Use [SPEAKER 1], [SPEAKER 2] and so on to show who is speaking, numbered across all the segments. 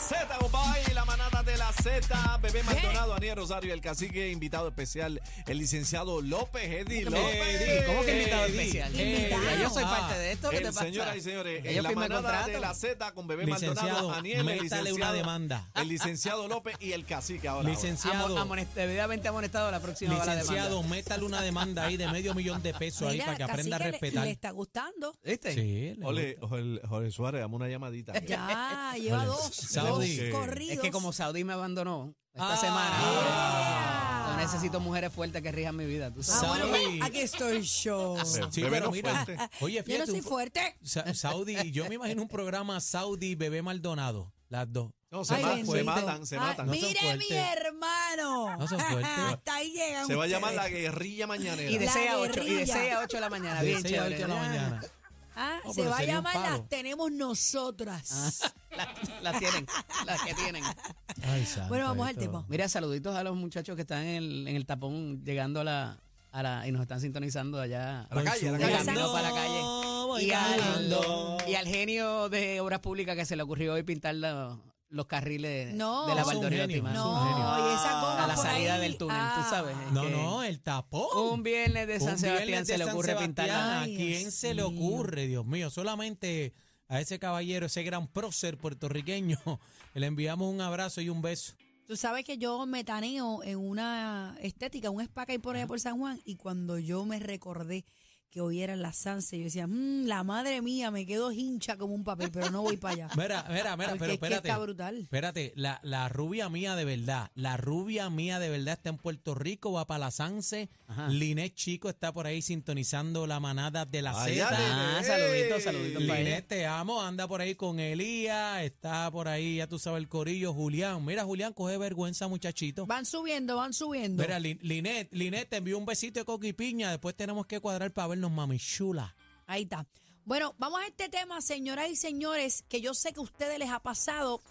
[SPEAKER 1] Z, Gobay, la manada de la Z, Bebé Maldonado, Aniel Rosario, el cacique, invitado especial, el licenciado López, Eddie
[SPEAKER 2] ¿Cómo que-
[SPEAKER 1] López.
[SPEAKER 2] ¿Cómo que invitado
[SPEAKER 1] Eddie.
[SPEAKER 2] especial?
[SPEAKER 3] Invitado.
[SPEAKER 2] Ya Yo soy
[SPEAKER 3] Ah,
[SPEAKER 2] parte de esto. ¿Qué te
[SPEAKER 1] El-
[SPEAKER 2] pasa?
[SPEAKER 1] Señoras y señores, en
[SPEAKER 2] Ellos
[SPEAKER 1] la
[SPEAKER 2] firman
[SPEAKER 1] manada
[SPEAKER 2] contrato.
[SPEAKER 1] de la Z con Bebé
[SPEAKER 3] Licenciado,
[SPEAKER 1] Maldonado, Aniel, el
[SPEAKER 3] métale
[SPEAKER 1] licenciado,
[SPEAKER 3] una demanda.
[SPEAKER 1] el licenciado López y el cacique ahora.
[SPEAKER 2] Amo-
[SPEAKER 3] Licenciado,
[SPEAKER 2] amonest- Debidamente amonestado la próxima bala de
[SPEAKER 3] licenciado, métale una demanda ahí de medio millón de pesos ahí
[SPEAKER 4] Mira,
[SPEAKER 3] para que
[SPEAKER 4] cacique,
[SPEAKER 3] aprenda a
[SPEAKER 4] le-
[SPEAKER 3] respetar.
[SPEAKER 4] Le, está gustando.
[SPEAKER 2] ¿Viste?
[SPEAKER 3] Sí, le
[SPEAKER 1] Ole,
[SPEAKER 3] gusta.
[SPEAKER 1] Jorge, Jorge Suárez, dame una llamadita.
[SPEAKER 4] Ya, lleva
[SPEAKER 3] Oye,
[SPEAKER 4] dos,
[SPEAKER 3] Saudi.
[SPEAKER 4] dos corridos.
[SPEAKER 2] Es que como Saudí me abandonó esta
[SPEAKER 3] Ah.
[SPEAKER 2] semana,
[SPEAKER 4] Ah.
[SPEAKER 2] yo necesito mujeres fuertes que rijan mi vida. ¿tú
[SPEAKER 4] Ah,
[SPEAKER 2] sabes?
[SPEAKER 4] bueno,
[SPEAKER 3] Saudi.
[SPEAKER 4] pues, aquí estoy yo.
[SPEAKER 3] Sí,
[SPEAKER 1] Bebé
[SPEAKER 3] pero
[SPEAKER 1] no
[SPEAKER 3] mira,
[SPEAKER 1] fuerte.
[SPEAKER 3] oye,
[SPEAKER 4] Yo no
[SPEAKER 3] fíjate,
[SPEAKER 4] soy
[SPEAKER 3] un pro-
[SPEAKER 4] fuerte.
[SPEAKER 3] Sa- Saudi, yo me imagino un programa Saudi Bebé Maldonado, las dos.
[SPEAKER 1] No, se,
[SPEAKER 4] Ay,
[SPEAKER 1] ma-
[SPEAKER 4] bendito.
[SPEAKER 1] se matan, se
[SPEAKER 4] Ay,
[SPEAKER 1] matan.
[SPEAKER 3] no son
[SPEAKER 4] mire
[SPEAKER 3] fuertes.
[SPEAKER 4] mi hermano.
[SPEAKER 3] No son fuertes.
[SPEAKER 4] Hasta ahí llegan
[SPEAKER 1] se va a llamar
[SPEAKER 4] ustedes.
[SPEAKER 1] la guerrilla mañanera.
[SPEAKER 2] Y de
[SPEAKER 4] La
[SPEAKER 2] 6 a 8, y de
[SPEAKER 4] guerrilla.
[SPEAKER 2] 6 a 8 de la mañana,
[SPEAKER 3] De
[SPEAKER 2] bien
[SPEAKER 3] seis a
[SPEAKER 2] chévere.
[SPEAKER 3] ocho de la mañana.
[SPEAKER 4] Ah,
[SPEAKER 3] No,
[SPEAKER 4] se
[SPEAKER 3] pero
[SPEAKER 4] va a
[SPEAKER 3] sería un
[SPEAKER 4] llamar
[SPEAKER 3] palo. Ah,
[SPEAKER 4] las tenemos nosotras.
[SPEAKER 2] Las tienen, las que tienen.
[SPEAKER 3] Ay, santo,
[SPEAKER 4] Bueno, vamos
[SPEAKER 3] ahí
[SPEAKER 4] al
[SPEAKER 3] todo.
[SPEAKER 4] tema.
[SPEAKER 2] Mira, saluditos a los muchachos que están en el, en el tapón llegando a la, a la. y nos están sintonizando allá.
[SPEAKER 1] A la calle, a la
[SPEAKER 2] De
[SPEAKER 1] calle.
[SPEAKER 2] camino para la calle.
[SPEAKER 3] Voy
[SPEAKER 2] Y al,
[SPEAKER 3] caminando.
[SPEAKER 2] y al genio de Obras Públicas que se le ocurrió hoy pintar la- los carriles
[SPEAKER 4] No.
[SPEAKER 2] de la
[SPEAKER 4] Es un
[SPEAKER 2] Valdoriotti.
[SPEAKER 3] genio,
[SPEAKER 2] mano.
[SPEAKER 3] es un
[SPEAKER 4] No, y esa goma
[SPEAKER 2] a la
[SPEAKER 4] por
[SPEAKER 2] salida
[SPEAKER 4] ahí.
[SPEAKER 2] del túnel,
[SPEAKER 4] Ah.
[SPEAKER 2] tú sabes. ¿eh? es
[SPEAKER 3] No,
[SPEAKER 2] que
[SPEAKER 3] no, el tapón.
[SPEAKER 2] Un viernes de San
[SPEAKER 3] Un
[SPEAKER 2] Sebastián
[SPEAKER 3] viernes de
[SPEAKER 2] se le
[SPEAKER 3] San
[SPEAKER 2] ocurre pintar
[SPEAKER 3] Sebastián,
[SPEAKER 2] la-
[SPEAKER 3] ¿A
[SPEAKER 4] Ay,
[SPEAKER 3] quién
[SPEAKER 4] Dios
[SPEAKER 3] se le
[SPEAKER 4] mío.
[SPEAKER 3] ocurre, Dios mío? Solamente a ese caballero, ese gran prócer puertorriqueño, le enviamos un abrazo y un beso.
[SPEAKER 4] Tú sabes que yo me taneo en una estética, un spa que hay por allá por San Juan, y cuando yo me recordé que hoy eran las Sanse, yo decía, "Mm, la madre mía, me quedo hincha como un papel, pero no voy para allá.
[SPEAKER 3] Mira, mira, mira,
[SPEAKER 4] Porque
[SPEAKER 3] pero
[SPEAKER 4] es que
[SPEAKER 3] espérate.
[SPEAKER 4] está brutal.
[SPEAKER 3] Espérate, la, la rubia mía de verdad, la rubia mía de verdad está en Puerto Rico, va para la Sanse.
[SPEAKER 2] Ajá.
[SPEAKER 3] Linet Chico está por ahí sintonizando la manada de la
[SPEAKER 1] Ay, dale,
[SPEAKER 3] Z.
[SPEAKER 2] Ah,
[SPEAKER 1] Ey.
[SPEAKER 2] saluditos, saluditos para ella.
[SPEAKER 3] Linet, te amo, anda por ahí con Elías, está por ahí, ya tú sabes, el corillo, Julián. Mira, Julián, coge vergüenza, muchachito.
[SPEAKER 4] Van subiendo, van subiendo.
[SPEAKER 3] Mira, Lin- Linet, Linet, te envío un besito de coco y piña, después tenemos que cuadrar para vernos, mami chula.
[SPEAKER 4] Ahí está. Bueno, vamos a este tema, señoras y señores, que yo sé que a ustedes les ha pasado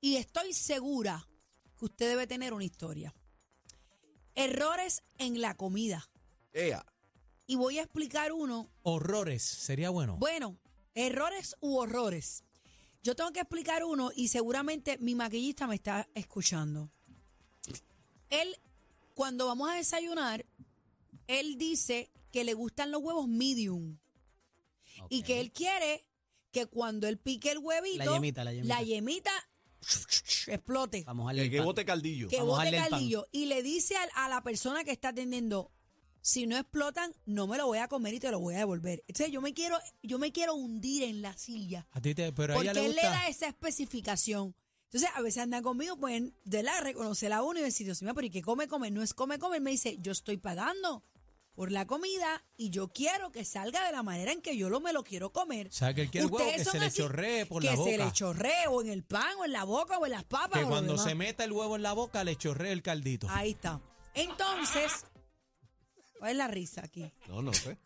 [SPEAKER 4] y estoy segura que usted debe tener una historia. Errores en la comida.
[SPEAKER 1] Ea.
[SPEAKER 4] Y voy a explicar uno
[SPEAKER 3] Horrores, sería bueno.
[SPEAKER 4] Bueno, errores u horrores. Yo tengo que explicar uno y seguramente mi maquillista me está escuchando. Él, cuando vamos a desayunar, él dice que le gustan los huevos medium y que él quiere que cuando él pique el huevito,
[SPEAKER 2] La yemita, la yemita.
[SPEAKER 4] yemita, explote,
[SPEAKER 2] Vamos a
[SPEAKER 1] Que, que
[SPEAKER 2] leer.
[SPEAKER 1] bote caldillo.
[SPEAKER 4] que
[SPEAKER 2] vamos a
[SPEAKER 4] bote
[SPEAKER 2] darle el pan.
[SPEAKER 4] caldillo. Y le dice al- a, la persona que está atendiendo, si no explotan, no me lo voy a comer y te lo voy a devolver. Entonces yo me quiero, yo me quiero hundir en la silla.
[SPEAKER 3] A ti te, pero a
[SPEAKER 4] Porque
[SPEAKER 3] ella le
[SPEAKER 4] él le
[SPEAKER 3] gusta.
[SPEAKER 4] da esa especificación. Entonces, a veces andan conmigo, pueden de la reconocer a uno y decir, Dios mío, pero ¿y qué come, come? No es come, come. Él me dice, yo estoy pagando por la comida y yo quiero que salga de la manera en que yo lo me lo quiero comer.
[SPEAKER 3] O sea, que él quiere el huevo
[SPEAKER 4] Ustedes
[SPEAKER 3] que se
[SPEAKER 4] son
[SPEAKER 3] le
[SPEAKER 4] así,
[SPEAKER 3] chorree por
[SPEAKER 4] que
[SPEAKER 3] la
[SPEAKER 4] se le
[SPEAKER 3] boca.
[SPEAKER 4] chorree o en el pan o en la boca o en las papas. o
[SPEAKER 3] Que
[SPEAKER 4] lo
[SPEAKER 3] cuando
[SPEAKER 4] demás.
[SPEAKER 3] se meta el huevo en la boca le chorree el caldito.
[SPEAKER 4] Ahí está. Entonces, ¿cuál es la risa aquí?
[SPEAKER 1] No, no sé.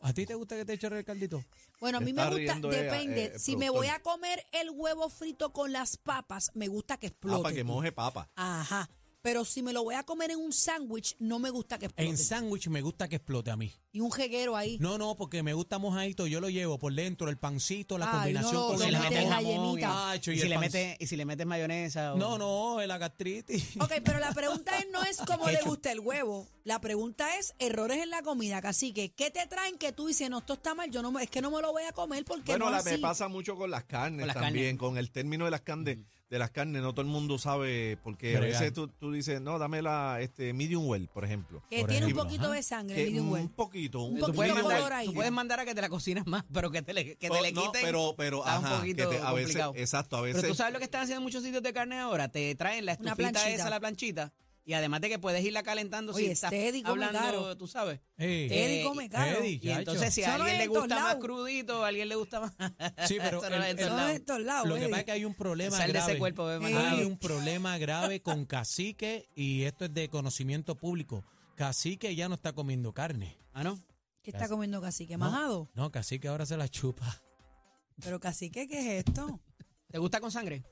[SPEAKER 3] ¿A ti te gusta que te chorree el caldito?
[SPEAKER 4] Bueno, a mí me
[SPEAKER 1] Está
[SPEAKER 4] gusta,
[SPEAKER 1] riendo ella,
[SPEAKER 4] depende.
[SPEAKER 1] eh,
[SPEAKER 4] si me
[SPEAKER 1] productor.
[SPEAKER 4] voy a comer el huevo frito con las papas, me gusta que explote.
[SPEAKER 1] Papa, Ah, que moje papa.
[SPEAKER 4] Ajá. Pero si me lo voy a comer en un sándwich, no me gusta que explote.
[SPEAKER 3] En sándwich me gusta que explote a mí.
[SPEAKER 4] y un jeguero ahí.
[SPEAKER 3] No, no, porque me gusta mojadito, yo lo llevo por dentro, el pancito, la
[SPEAKER 4] Ay,
[SPEAKER 3] combinación
[SPEAKER 4] no,
[SPEAKER 3] con
[SPEAKER 4] no,
[SPEAKER 3] el
[SPEAKER 4] no,
[SPEAKER 3] jamón.
[SPEAKER 4] no, la yemita.
[SPEAKER 3] Hacho,
[SPEAKER 2] Y
[SPEAKER 3] y
[SPEAKER 2] si
[SPEAKER 3] el
[SPEAKER 2] le
[SPEAKER 3] pan-
[SPEAKER 2] metes, y si le metes mayonesa. o-
[SPEAKER 3] No, no, la gastritis.
[SPEAKER 4] Ok, pero la pregunta es, no es cómo le
[SPEAKER 3] Ketchup.
[SPEAKER 4] gusta el huevo. La pregunta es errores en la comida. Cacique, ¿qué te traen que tú dices, no, esto está mal? Yo no me- es que no me lo voy a comer porque
[SPEAKER 1] Bueno,
[SPEAKER 4] no
[SPEAKER 1] la,
[SPEAKER 4] así.
[SPEAKER 1] me pasa mucho con las carnes
[SPEAKER 2] Con las
[SPEAKER 1] también, con el término de las carnes, de las carnes, no todo el mundo sabe, porque a
[SPEAKER 3] Bregar.
[SPEAKER 1] veces tú, tú dices, no, dame la este, medium well, por ejemplo.
[SPEAKER 4] Que
[SPEAKER 3] Por
[SPEAKER 4] tiene
[SPEAKER 1] ejemplo,
[SPEAKER 4] un poquito
[SPEAKER 3] ajá.
[SPEAKER 4] de sangre,
[SPEAKER 1] Que
[SPEAKER 4] medium
[SPEAKER 1] un
[SPEAKER 4] well.
[SPEAKER 1] poquito, un
[SPEAKER 4] Un
[SPEAKER 2] Tú
[SPEAKER 1] poquito.
[SPEAKER 2] puedes,
[SPEAKER 4] poquito de color
[SPEAKER 2] mandar,
[SPEAKER 4] ahí.
[SPEAKER 2] tú puedes mandar a que te la cocinas más, pero que te, le, que te
[SPEAKER 1] Oh,
[SPEAKER 2] le
[SPEAKER 1] no,
[SPEAKER 2] quiten.
[SPEAKER 1] pero, pero,
[SPEAKER 2] está un
[SPEAKER 1] ajá, que
[SPEAKER 2] poquito
[SPEAKER 1] te- a veces,
[SPEAKER 2] complicado.
[SPEAKER 1] exacto, a veces.
[SPEAKER 2] Pero tú sabes lo que están haciendo en muchos sitios de carne ahora. Te traen la
[SPEAKER 4] Una
[SPEAKER 2] estufita
[SPEAKER 4] planchita.
[SPEAKER 2] esa, la planchita. Y además de que puedes irla calentando si
[SPEAKER 4] Oye,
[SPEAKER 2] estás
[SPEAKER 4] Teddy, come
[SPEAKER 2] hablando,
[SPEAKER 4] caro.
[SPEAKER 2] tú sabes.
[SPEAKER 3] Ey,
[SPEAKER 2] Eh,
[SPEAKER 4] Eddie come caro.
[SPEAKER 3] Eddie,
[SPEAKER 2] Y entonces si
[SPEAKER 4] Eso
[SPEAKER 2] a
[SPEAKER 4] no
[SPEAKER 2] alguien
[SPEAKER 4] es
[SPEAKER 2] le
[SPEAKER 4] en todos
[SPEAKER 2] gusta más
[SPEAKER 4] lados.
[SPEAKER 2] crudito, a alguien le gusta más...
[SPEAKER 3] Sí, pero
[SPEAKER 2] Eso no
[SPEAKER 3] el-
[SPEAKER 2] es en
[SPEAKER 4] Eso no
[SPEAKER 2] todos
[SPEAKER 3] el-
[SPEAKER 4] es
[SPEAKER 2] lados.
[SPEAKER 4] en todos lados, eh.
[SPEAKER 3] lo que
[SPEAKER 4] Eddie.
[SPEAKER 3] pasa es que hay un problema
[SPEAKER 2] Sal de ese
[SPEAKER 3] grave.
[SPEAKER 2] cuerpo, bebé,
[SPEAKER 3] Hay
[SPEAKER 2] Maldonado.
[SPEAKER 3] un problema grave con Cacique y esto es de conocimiento público. Cacique ya no está comiendo carne.
[SPEAKER 2] Ah, ¿no?
[SPEAKER 4] ¿Qué está comiendo Cacique? ¿Majado?
[SPEAKER 3] No, Cacique ahora se la chupa.
[SPEAKER 4] Pero Cacique, ¿qué es esto?
[SPEAKER 2] ¿Te gusta con sangre?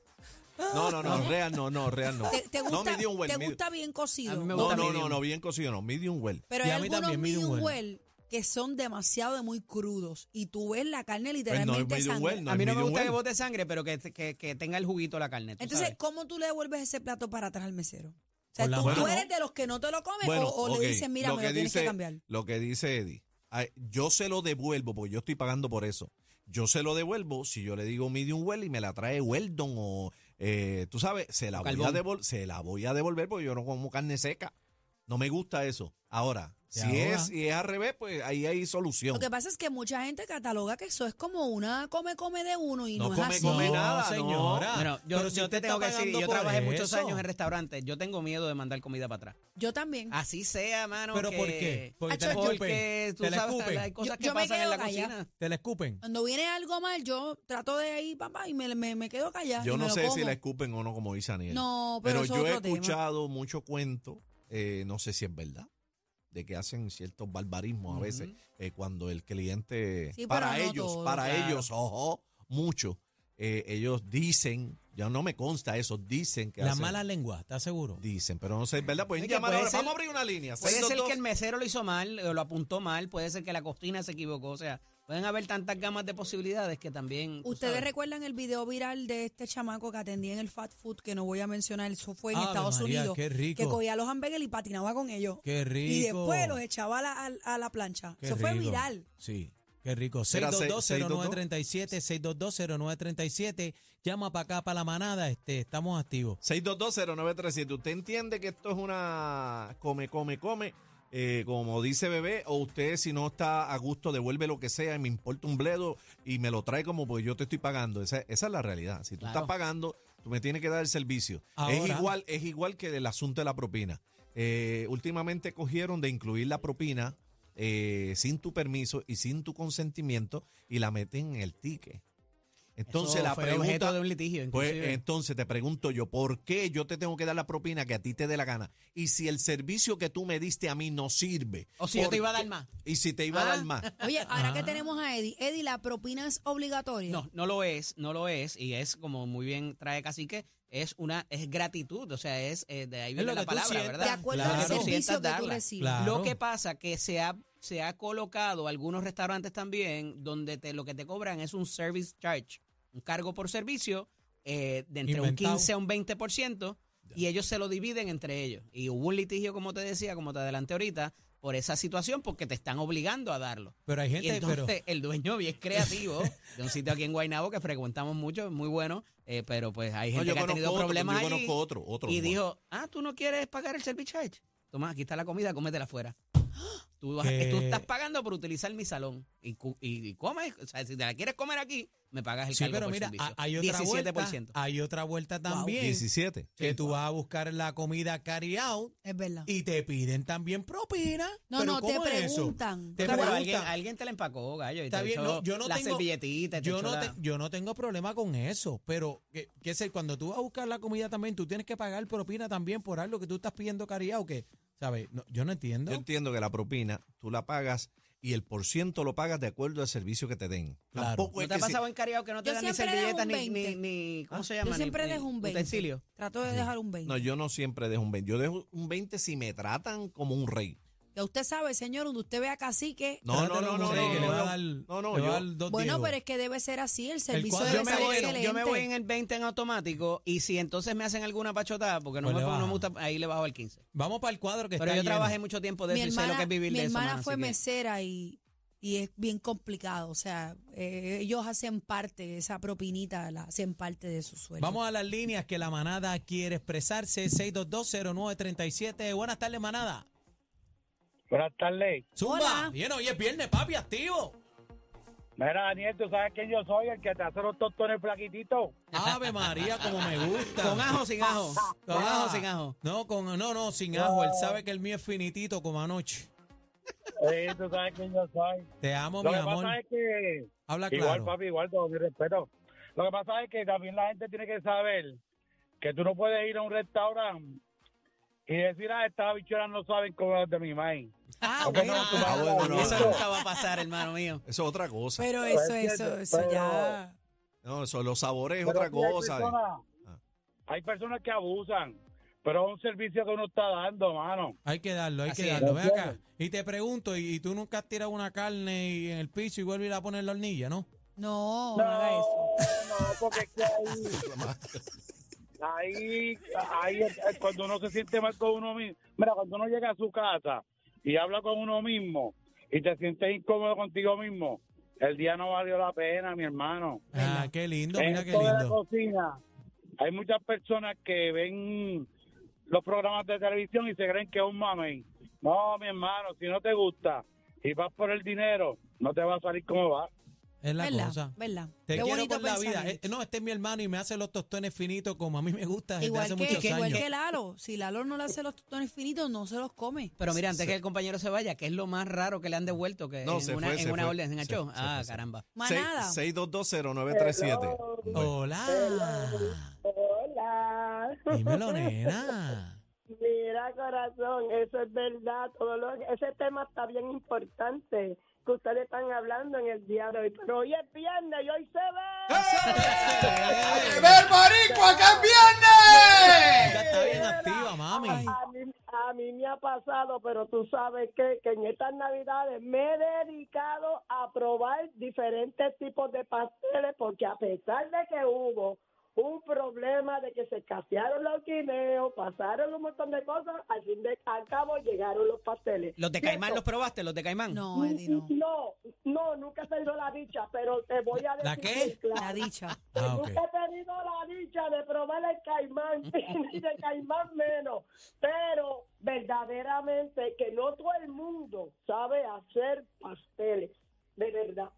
[SPEAKER 1] No, no, no, real no, no, real no.
[SPEAKER 4] ¿Te, te
[SPEAKER 1] no,
[SPEAKER 4] gusta,
[SPEAKER 1] medium well.
[SPEAKER 4] te
[SPEAKER 1] medium-
[SPEAKER 4] gusta bien cocido?
[SPEAKER 2] A mí me
[SPEAKER 1] No,
[SPEAKER 2] gusta
[SPEAKER 1] no, no,
[SPEAKER 2] medium.
[SPEAKER 1] no, bien cocido, no, medium well.
[SPEAKER 4] Pero
[SPEAKER 3] Y
[SPEAKER 4] hay
[SPEAKER 3] a mí
[SPEAKER 4] algunos
[SPEAKER 3] también, medium
[SPEAKER 4] medium
[SPEAKER 3] well.
[SPEAKER 4] well que que son demasiado de muy crudos y tú ves la carne
[SPEAKER 1] Pues no
[SPEAKER 4] literalmente
[SPEAKER 1] es medium
[SPEAKER 4] sangra.
[SPEAKER 1] well, no
[SPEAKER 2] a
[SPEAKER 1] es
[SPEAKER 2] mí no me
[SPEAKER 1] medium
[SPEAKER 2] gusta que
[SPEAKER 1] well.
[SPEAKER 2] bote sangre, pero que, que- que tenga el juguito la carne. tú
[SPEAKER 4] Entonces,
[SPEAKER 2] sabes.
[SPEAKER 4] ¿cómo tú le devuelves ese plato para atrás al mesero? O sea,
[SPEAKER 3] Con la
[SPEAKER 4] tú,
[SPEAKER 1] mano.
[SPEAKER 4] tú eres de los que no te lo comes
[SPEAKER 1] Bueno,
[SPEAKER 4] o, o
[SPEAKER 1] ok,
[SPEAKER 4] le dices, mira,
[SPEAKER 1] lo
[SPEAKER 4] me
[SPEAKER 1] que
[SPEAKER 4] lo tienes
[SPEAKER 1] dice-
[SPEAKER 4] que cambiar.
[SPEAKER 1] Lo que dice Eddie, ay, yo se lo devuelvo porque yo estoy pagando por eso. Yo se lo devuelvo si yo le digo medium well y me la trae Weldon o eh, tú sabes, se la,
[SPEAKER 2] O
[SPEAKER 1] voy a
[SPEAKER 2] carbón.
[SPEAKER 1] devol- se la voy a devolver porque yo no como carne seca. No me gusta eso. Ahora,
[SPEAKER 3] Te
[SPEAKER 1] si
[SPEAKER 3] ahoga.
[SPEAKER 1] es y es al revés, pues ahí hay solución.
[SPEAKER 4] Lo que pasa es que mucha gente cataloga que eso es como una come-come de uno y
[SPEAKER 1] No
[SPEAKER 4] no, es
[SPEAKER 1] come-
[SPEAKER 4] así.
[SPEAKER 1] come
[SPEAKER 3] No,
[SPEAKER 1] nada,
[SPEAKER 3] señora.
[SPEAKER 1] no.
[SPEAKER 2] Bueno, yo,
[SPEAKER 3] Pero si
[SPEAKER 2] yo
[SPEAKER 3] usted
[SPEAKER 2] te tengo
[SPEAKER 3] está
[SPEAKER 2] que decir,
[SPEAKER 3] pagando
[SPEAKER 2] yo
[SPEAKER 3] por
[SPEAKER 2] trabajé muchos
[SPEAKER 3] eso.
[SPEAKER 2] años en restaurantes, yo tengo miedo de mandar comida para atrás.
[SPEAKER 4] Yo también.
[SPEAKER 2] Así sea, mano.
[SPEAKER 3] ¿Pero
[SPEAKER 2] que-
[SPEAKER 3] por qué? Porque te la
[SPEAKER 2] Porque
[SPEAKER 3] escupen,
[SPEAKER 2] tú
[SPEAKER 3] te la
[SPEAKER 2] sabes,
[SPEAKER 3] escupen.
[SPEAKER 2] hay cosas
[SPEAKER 4] Yo-
[SPEAKER 2] que
[SPEAKER 4] yo me
[SPEAKER 2] pasan en
[SPEAKER 4] quedo
[SPEAKER 2] la
[SPEAKER 4] callada.
[SPEAKER 2] cocina.
[SPEAKER 3] Te la escupen.
[SPEAKER 4] Cuando viene algo mal, yo trato de ir, papá, y me, me, me quedo callada.
[SPEAKER 1] Yo
[SPEAKER 4] y me
[SPEAKER 1] no
[SPEAKER 4] lo
[SPEAKER 1] sé si
[SPEAKER 4] como.
[SPEAKER 1] la escupen o no, como dice Aniel.
[SPEAKER 4] No, pero,
[SPEAKER 1] pero
[SPEAKER 4] eso
[SPEAKER 1] yo
[SPEAKER 4] es
[SPEAKER 1] he
[SPEAKER 4] otro tema.
[SPEAKER 1] escuchado mucho cuento, eh, no sé si es verdad, de que hacen ciertos barbarismos a veces
[SPEAKER 2] Ujú.
[SPEAKER 1] eh, cuando el cliente,
[SPEAKER 4] Sí, pero
[SPEAKER 1] para
[SPEAKER 4] no
[SPEAKER 1] ellos,
[SPEAKER 4] todo,
[SPEAKER 1] para
[SPEAKER 2] claro.
[SPEAKER 1] ellos, ojo, mucho, eh, ellos dicen, ya no me consta eso, dicen que
[SPEAKER 3] La
[SPEAKER 1] hacen-
[SPEAKER 3] mala lengua, ¿estás seguro?
[SPEAKER 1] dicen, pero no sé, es verdad, pueden
[SPEAKER 2] Es que
[SPEAKER 1] llamar
[SPEAKER 2] puede
[SPEAKER 1] ahora,
[SPEAKER 2] ser-
[SPEAKER 1] vamos a abrir una
[SPEAKER 3] Pues
[SPEAKER 1] línea.
[SPEAKER 2] Puede ser
[SPEAKER 1] 622.
[SPEAKER 2] que el mesero lo hizo mal, o lo apuntó mal, puede ser que la cocina se equivocó. O sea, pueden haber tantas gamas de posibilidades que también. tú
[SPEAKER 4] Ustedes
[SPEAKER 2] sabes.
[SPEAKER 4] recuerdan el video viral de este chamaco que atendía en el fat food, que no voy a mencionar, eso fue en
[SPEAKER 3] Ave
[SPEAKER 4] Estados
[SPEAKER 3] María,
[SPEAKER 4] Unidos,
[SPEAKER 3] qué rico.
[SPEAKER 4] que cogía los hamburgues y patinaba con ellos.
[SPEAKER 3] Qué rico.
[SPEAKER 4] Y después los echaba a la, a- a la plancha.
[SPEAKER 3] Qué
[SPEAKER 4] eso fue
[SPEAKER 3] riego.
[SPEAKER 4] viral.
[SPEAKER 3] Sí, qué rico.
[SPEAKER 1] Era seis-
[SPEAKER 3] 6220937, 6220937. Llama para acá, para la manada. Este, estamos activos.
[SPEAKER 1] 6220937. ¿Usted entiende que esto es una come, come, come? Eh, como dice bebé, o usted si no está a gusto, devuelve lo que sea y me importa un bledo y me lo trae como pues yo te estoy pagando. Esa, esa es la realidad. Si tú
[SPEAKER 2] Claro.
[SPEAKER 1] estás pagando, tú me tienes que dar el servicio. es
[SPEAKER 3] Ahora-
[SPEAKER 1] igual, es igual que el asunto de la propina. Eh, últimamente cogieron de incluir la propina eh, sin tu permiso y sin tu consentimiento y la meten en el ticket. Entonces
[SPEAKER 2] Eso
[SPEAKER 1] la
[SPEAKER 2] fue
[SPEAKER 1] pregunta
[SPEAKER 2] objeto de un litigio.
[SPEAKER 1] pues
[SPEAKER 2] inclusive.
[SPEAKER 3] eh,
[SPEAKER 1] entonces te pregunto yo, ¿por qué yo te tengo que dar la propina que a ti te dé la gana? Y si el servicio que tú me diste a mí no sirve.
[SPEAKER 2] o si yo
[SPEAKER 1] ¿por
[SPEAKER 2] te iba a dar
[SPEAKER 1] qué?
[SPEAKER 2] más.
[SPEAKER 1] Y si te iba a
[SPEAKER 2] Ah.
[SPEAKER 1] dar más.
[SPEAKER 4] Oye, ahora
[SPEAKER 3] Ah.
[SPEAKER 4] que tenemos a Eddie, Eddie, ¿la propina es obligatoria?
[SPEAKER 2] No, no lo es, no lo es, y es como muy bien trae Cacique, es una, es gratitud, o sea, es, eh, de ahí viene
[SPEAKER 3] lo que
[SPEAKER 2] la
[SPEAKER 3] tú
[SPEAKER 2] palabra,
[SPEAKER 3] sientas.
[SPEAKER 4] De
[SPEAKER 2] ¿verdad?
[SPEAKER 4] acuerdo al
[SPEAKER 3] Claro.
[SPEAKER 4] servicio
[SPEAKER 2] Sientas
[SPEAKER 4] que tú
[SPEAKER 2] darla.
[SPEAKER 4] recibes.
[SPEAKER 3] Claro.
[SPEAKER 2] Lo que pasa que se ha, se ha colocado algunos restaurantes también donde te, lo que te cobran es un service charge, un cargo por servicio eh, de entre
[SPEAKER 3] Inventado.
[SPEAKER 2] un 15 a un 20% y ellos se lo dividen entre ellos. Y hubo un litigio, como te decía, como te adelanté ahorita, por esa situación porque te están obligando a darlo.
[SPEAKER 3] Pero hay
[SPEAKER 2] Y
[SPEAKER 3] gente,
[SPEAKER 2] entonces
[SPEAKER 3] pero.
[SPEAKER 2] el dueño bien creativo de un sitio aquí en Guaynabo que frecuentamos mucho, es muy bueno, eh, pero pues hay
[SPEAKER 1] No,
[SPEAKER 2] gente que ha tenido
[SPEAKER 1] otro,
[SPEAKER 2] problemas
[SPEAKER 1] yo
[SPEAKER 2] allí
[SPEAKER 1] conozco otro, otro.
[SPEAKER 2] y
[SPEAKER 1] no.
[SPEAKER 2] dijo, ah, tú no quieres pagar el service charge. Toma, aquí está la comida, cómetela afuera. Tú, vas-
[SPEAKER 3] ¿Qué?
[SPEAKER 2] tú estás pagando por utilizar mi salón y, cu- y, y comes, o sea, si te la quieres comer aquí, me pagas el
[SPEAKER 3] Sí,
[SPEAKER 2] cargo
[SPEAKER 3] pero
[SPEAKER 2] por
[SPEAKER 3] mira,
[SPEAKER 2] servicio.
[SPEAKER 3] ha- hay otra vuelta.
[SPEAKER 2] 17%.
[SPEAKER 3] Hay otra vuelta también.
[SPEAKER 1] 17.
[SPEAKER 3] Que tú vas a buscar la comida carry out
[SPEAKER 4] Es verdad.
[SPEAKER 3] y te piden también propina.
[SPEAKER 4] No,
[SPEAKER 3] Pero
[SPEAKER 4] no, te
[SPEAKER 3] ¿cómo es eso?
[SPEAKER 4] preguntan.
[SPEAKER 3] Ah, Te
[SPEAKER 2] Pero
[SPEAKER 3] preguntan.
[SPEAKER 2] alguien, alguien te la empacó, gallo. y
[SPEAKER 3] Está
[SPEAKER 2] te
[SPEAKER 3] bien,
[SPEAKER 2] echó
[SPEAKER 3] no, yo no
[SPEAKER 2] la
[SPEAKER 3] tengo-
[SPEAKER 2] servilletita, y te
[SPEAKER 3] Yo
[SPEAKER 2] echó
[SPEAKER 3] no,
[SPEAKER 2] la-
[SPEAKER 3] te- yo no tengo problema con eso, pero que, que es el- cuando tú vas a buscar la comida también, tú tienes que pagar propina también por algo que tú estás pidiendo caridad o que, ¿sabes? No, yo no entiendo.
[SPEAKER 1] Yo entiendo que la propina tú la pagas y el por ciento lo pagas de acuerdo al servicio que te den.
[SPEAKER 3] Claro.
[SPEAKER 1] Tampoco
[SPEAKER 2] ¿No
[SPEAKER 1] es
[SPEAKER 2] te ha
[SPEAKER 1] que si-
[SPEAKER 2] pasado en Cariao que no te
[SPEAKER 4] Yo
[SPEAKER 2] dan ni
[SPEAKER 4] siempre dejo un
[SPEAKER 2] servilletas ni, ni,
[SPEAKER 4] 20.
[SPEAKER 2] ni- ¿cómo se llama?
[SPEAKER 4] Ah, Yo siempre
[SPEAKER 2] Ni-
[SPEAKER 4] dejo un
[SPEAKER 2] ni
[SPEAKER 4] 20.
[SPEAKER 2] Utensilio.
[SPEAKER 4] Trato de dejar un 20.
[SPEAKER 1] No, yo no siempre dejo un 20. Yo dejo un 20 si me tratan como un rey.
[SPEAKER 4] Ya usted sabe, señor, donde usted vea cacique.
[SPEAKER 1] No, no,
[SPEAKER 3] Trátalo
[SPEAKER 1] no,
[SPEAKER 3] como
[SPEAKER 1] no,
[SPEAKER 3] rey,
[SPEAKER 1] no,
[SPEAKER 3] que le
[SPEAKER 1] no,
[SPEAKER 3] va a
[SPEAKER 1] no.
[SPEAKER 3] dar,
[SPEAKER 1] No, no,
[SPEAKER 3] le va a
[SPEAKER 1] yo-
[SPEAKER 3] dar dos
[SPEAKER 4] Bueno,
[SPEAKER 3] diegos.
[SPEAKER 4] pero es que debe ser así, el servicio
[SPEAKER 3] cuadro-
[SPEAKER 4] debe
[SPEAKER 2] Yo
[SPEAKER 3] Ese
[SPEAKER 2] me,
[SPEAKER 4] ser
[SPEAKER 2] voy,
[SPEAKER 4] excelente.
[SPEAKER 2] yo me voy en el 20 en automático y si entonces me hacen alguna pachotada, porque no,
[SPEAKER 3] Pues
[SPEAKER 2] me,
[SPEAKER 3] le
[SPEAKER 2] pongo- no me
[SPEAKER 3] baja.
[SPEAKER 2] gusta, ahí le bajo al 15.
[SPEAKER 3] Vamos para el cuadro que
[SPEAKER 2] Pero
[SPEAKER 3] está
[SPEAKER 2] yo
[SPEAKER 3] lleno.
[SPEAKER 2] trabajé mucho tiempo de
[SPEAKER 4] mi
[SPEAKER 2] eso y sé lo
[SPEAKER 4] hermana,
[SPEAKER 2] que es vivir
[SPEAKER 4] mi
[SPEAKER 2] de eso.
[SPEAKER 4] hermana
[SPEAKER 2] mano,
[SPEAKER 4] fue
[SPEAKER 2] así que-
[SPEAKER 4] mesera y, y es bien complicado. O sea, eh, ellos hacen parte, esa propinita la hacen parte de su sueldo.
[SPEAKER 3] Vamos a las líneas que la manada quiere expresarse. 6220937. Buenas tardes, manada.
[SPEAKER 5] Buenas tardes.
[SPEAKER 3] Zumba.
[SPEAKER 4] Hola.
[SPEAKER 3] Bien, hoy es viernes, papi, activo.
[SPEAKER 5] Mira, Daniel, tú sabes quién yo soy, el que te hace los tostones flaquititos.
[SPEAKER 3] Ave María, como me gusta.
[SPEAKER 2] Con ajo o sin ajo. Con
[SPEAKER 3] Ah,
[SPEAKER 2] ajo o sin ajo.
[SPEAKER 3] No, con, no, no, sin ajo. Él sabe que el mío es finitito como anoche.
[SPEAKER 5] Sí, tú sabes quién yo soy.
[SPEAKER 3] Te amo,
[SPEAKER 5] Lo
[SPEAKER 3] mi
[SPEAKER 5] que
[SPEAKER 3] amor.
[SPEAKER 5] pasa es que.
[SPEAKER 3] Habla
[SPEAKER 5] Igual,
[SPEAKER 3] claro.
[SPEAKER 5] papi, igual, todo mi respeto. Lo que pasa es que también la gente tiene que saber que tú no puedes ir a un restaurante y decir, ah, estas bichuelas no saben cómo las de mi maíz.
[SPEAKER 2] Ah,
[SPEAKER 5] Porque
[SPEAKER 2] bueno.
[SPEAKER 5] no, tú
[SPEAKER 1] vas a
[SPEAKER 2] ah,
[SPEAKER 1] dar
[SPEAKER 2] bueno,
[SPEAKER 1] gusto.
[SPEAKER 2] Eso nunca va a pasar, hermano mío.
[SPEAKER 1] Eso es otra cosa.
[SPEAKER 4] Pero eso,
[SPEAKER 5] Pero es
[SPEAKER 4] eso,
[SPEAKER 5] cierto,
[SPEAKER 4] eso
[SPEAKER 5] pero-
[SPEAKER 4] ya.
[SPEAKER 1] no, eso, los sabores es
[SPEAKER 5] Pero
[SPEAKER 1] otra
[SPEAKER 5] sí hay
[SPEAKER 1] cosa.
[SPEAKER 5] personas-
[SPEAKER 1] Ah.
[SPEAKER 5] Hay personas que abusan. Pero es un servicio que uno está dando, mano.
[SPEAKER 3] Hay que darlo, hay
[SPEAKER 2] Así
[SPEAKER 3] que
[SPEAKER 2] es.
[SPEAKER 3] darlo. Ven acá.
[SPEAKER 5] Gracias.
[SPEAKER 3] Y te pregunto, ¿y, y tú nunca has tirado una carne y en el piso y vuelves a ir a poner la hornilla, no?
[SPEAKER 4] No, no,
[SPEAKER 5] No,
[SPEAKER 4] haga eso.
[SPEAKER 5] no, porque es que ahí, ahí, ahí es- es cuando uno se siente mal con uno mismo, mira, cuando uno llega a su casa y habla con uno mismo y te sientes incómodo contigo mismo, el día no valió la pena, mi hermano.
[SPEAKER 3] Ah, qué lindo,
[SPEAKER 5] en
[SPEAKER 3] mira
[SPEAKER 5] esto
[SPEAKER 3] qué
[SPEAKER 5] de la
[SPEAKER 3] lindo.
[SPEAKER 5] cocina, hay muchas personas que ven los programas de televisión y se creen que es un mame. No, mi hermano, si no te gusta y vas por el dinero, no te va a salir como va.
[SPEAKER 3] Es la
[SPEAKER 4] ¿Verdad?
[SPEAKER 3] cosa.
[SPEAKER 4] ¿Verdad?
[SPEAKER 3] Te
[SPEAKER 4] Qué
[SPEAKER 3] quiero
[SPEAKER 4] bonito
[SPEAKER 3] por la vida.
[SPEAKER 4] pensamiento.
[SPEAKER 3] Eh, no, este es mi hermano y me hace los tostones finitos como a mí me gusta desde hace
[SPEAKER 4] Igual
[SPEAKER 3] muchos
[SPEAKER 4] que, igual
[SPEAKER 3] años.
[SPEAKER 4] que Lalo, si Lalo no le hace los tostones finitos, no se los come.
[SPEAKER 2] Pero mira, antes que el compañero se vaya, que es lo más raro que le han devuelto que
[SPEAKER 1] No,
[SPEAKER 2] en,
[SPEAKER 1] se
[SPEAKER 2] una,
[SPEAKER 1] fue,
[SPEAKER 2] en
[SPEAKER 1] se
[SPEAKER 2] una
[SPEAKER 1] fue.
[SPEAKER 2] orden se enganchó?
[SPEAKER 1] Se- se
[SPEAKER 2] ah,
[SPEAKER 1] fue, se-
[SPEAKER 2] caramba.
[SPEAKER 4] Más
[SPEAKER 1] Seis-
[SPEAKER 4] nada.
[SPEAKER 1] 6220937. Bueno,
[SPEAKER 3] Hola.
[SPEAKER 6] Hola.
[SPEAKER 3] Dímelo, nena.
[SPEAKER 6] Mira, corazón, eso es verdad. Todo lo- ese tema está bien importante que ustedes están hablando en el día de hoy. Pero hoy es viernes y hoy se ve.
[SPEAKER 3] Ya está bien activa, mami.
[SPEAKER 6] A mí, a mí me ha pasado, pero tú sabes que, que en estas navidades me he dedicado a probar diferentes tipos de pasteles porque a pesar de que hubo un problema de que se escasearon los guineos, pasaron un montón de cosas, al fin de al cabo llegaron los pasteles.
[SPEAKER 2] ¿Los de Caimán los probaste? ¿Los de Caimán?
[SPEAKER 4] No, Eddie, no.
[SPEAKER 6] No, no, nunca he tenido la dicha, pero te voy a decir.
[SPEAKER 3] ¿La qué?
[SPEAKER 6] muy
[SPEAKER 4] La
[SPEAKER 6] claro.
[SPEAKER 4] dicha.
[SPEAKER 3] Ah, ok.
[SPEAKER 6] Nunca he tenido la dicha de probar el caimán, ni de caimán menos, pero verdaderamente que no todo el mundo sabe hacer pasteles, de verdad.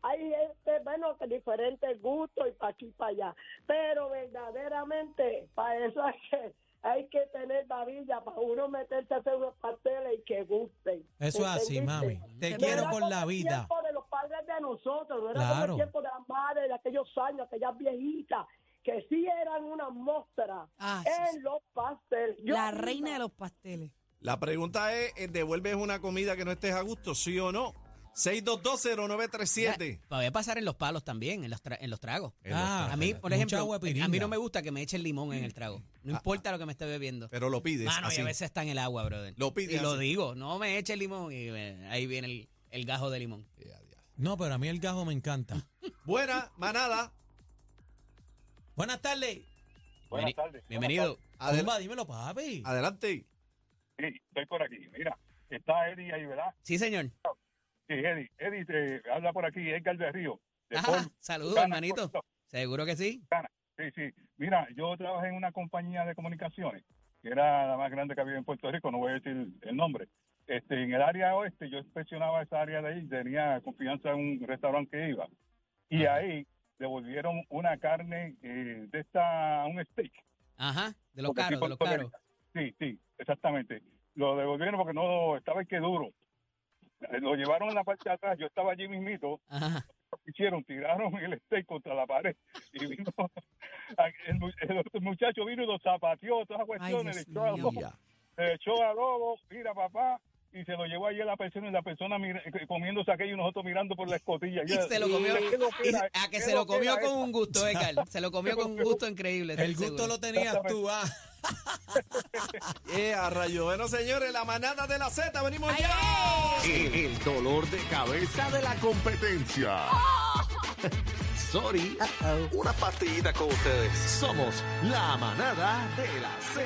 [SPEAKER 6] Hay este, bueno, que diferentes gustos y para aquí y para allá, pero verdaderamente para eso hay que, hay que tener babilla para uno meterse a hacer unos pasteles y que gusten.
[SPEAKER 3] Eso es así,
[SPEAKER 6] ¿Entendiste?
[SPEAKER 3] mami. Te
[SPEAKER 6] No
[SPEAKER 3] quiero
[SPEAKER 6] era
[SPEAKER 3] con
[SPEAKER 6] como
[SPEAKER 3] la
[SPEAKER 6] el
[SPEAKER 3] vida.
[SPEAKER 6] tiempo de los padres de nosotros, no era
[SPEAKER 3] Claro.
[SPEAKER 6] como el tiempo de las madres de aquellos años, aquellas viejitas, que sí eran una muestra
[SPEAKER 4] Ah, sí,
[SPEAKER 6] en
[SPEAKER 4] sí.
[SPEAKER 6] los pasteles. Yo
[SPEAKER 4] La
[SPEAKER 6] misma-
[SPEAKER 4] reina de los pasteles.
[SPEAKER 1] La pregunta es, eh, ¿devuelves una comida que no estés a gusto, sí o no? 6220937.
[SPEAKER 2] Voy a pasar en los palos también, en los, tra- en los tragos.
[SPEAKER 1] En los
[SPEAKER 3] Ah,
[SPEAKER 1] tra-
[SPEAKER 2] a mí,
[SPEAKER 3] mucha
[SPEAKER 2] por ejemplo, eh,
[SPEAKER 3] agua de
[SPEAKER 2] a mí
[SPEAKER 3] piringa.
[SPEAKER 2] no me gusta que me echen limón en el trago. No
[SPEAKER 1] Ah,
[SPEAKER 2] importa lo que me esté bebiendo.
[SPEAKER 1] Pero lo pides.
[SPEAKER 2] Mano, y
[SPEAKER 1] Eh, así.
[SPEAKER 2] a veces está en el agua, brother.
[SPEAKER 1] Lo pides
[SPEAKER 2] Y lo
[SPEAKER 1] así.
[SPEAKER 2] digo, no me eche limón y eh, ahí viene el, el gajo de limón.
[SPEAKER 1] Ya, ya.
[SPEAKER 3] No, pero a mí el gajo me encanta.
[SPEAKER 1] Buena, manada.
[SPEAKER 3] Buenas tardes.
[SPEAKER 5] Buenas
[SPEAKER 2] Bienveni-
[SPEAKER 5] tardes.
[SPEAKER 2] Bienvenido.
[SPEAKER 1] Adel-
[SPEAKER 3] Zumba, dímelo, papi.
[SPEAKER 1] adelante.
[SPEAKER 5] Sí, estoy por aquí. Mira, está Eddie ahí, ¿verdad?
[SPEAKER 2] Sí, señor.
[SPEAKER 5] Sí, Eddie. Eddie, te habla por aquí, Edgar de Río. de
[SPEAKER 2] Ah,
[SPEAKER 5] Paul,
[SPEAKER 2] saludos,
[SPEAKER 5] Gana,
[SPEAKER 2] hermanito.
[SPEAKER 5] Puerto-
[SPEAKER 2] Seguro que sí.
[SPEAKER 5] Sí, sí. Mira, yo trabajé en una compañía de comunicaciones, que era la más grande que había en Puerto Rico, no voy a decir el nombre. Este, en el área oeste, yo inspeccionaba esa área de ahí, tenía confianza en un restaurante que iba. Y ahí devolvieron una carne eh, de esta, un steak.
[SPEAKER 2] Ajá, de los
[SPEAKER 5] Porque sí,
[SPEAKER 2] caros, de los
[SPEAKER 5] Puerto
[SPEAKER 2] caros.
[SPEAKER 5] Rico. Sí, sí, exactamente. Lo devolvieron porque no estaba el que duro. Eh, Lo llevaron a la parte de atrás, yo estaba allí mismito,
[SPEAKER 2] Ajá.
[SPEAKER 5] lo que hicieron, tiraron el steak contra la pared y vino, el, mu- el muchacho vino y lo zapateó, todas las cuestiones,
[SPEAKER 4] Dios
[SPEAKER 5] le echó, al
[SPEAKER 4] mío.
[SPEAKER 5] lobo, le echó al lobo, mira papá, y se lo llevó allí a la persona y la persona mira- eh, comiéndose aquello y nosotros mirando por la escotilla.
[SPEAKER 2] Y se lo comió.
[SPEAKER 5] ¿Qué lo
[SPEAKER 2] y-
[SPEAKER 5] que era-
[SPEAKER 2] a que
[SPEAKER 5] qué
[SPEAKER 2] se
[SPEAKER 5] lo
[SPEAKER 2] lo
[SPEAKER 5] que
[SPEAKER 2] comió
[SPEAKER 5] era
[SPEAKER 2] con
[SPEAKER 5] eso?
[SPEAKER 2] un gusto, Edgar. Se lo comió con un gusto increíble. estoy
[SPEAKER 3] El gusto
[SPEAKER 2] seguro.
[SPEAKER 3] lo tenías tú, ah.
[SPEAKER 1] Eh, a rayo. Bueno, señores, la manada de la Z, venimos ya.
[SPEAKER 7] El, el dolor de cabeza de la competencia. Sorry. Una pastillita con ustedes. Somos la manada de la Z.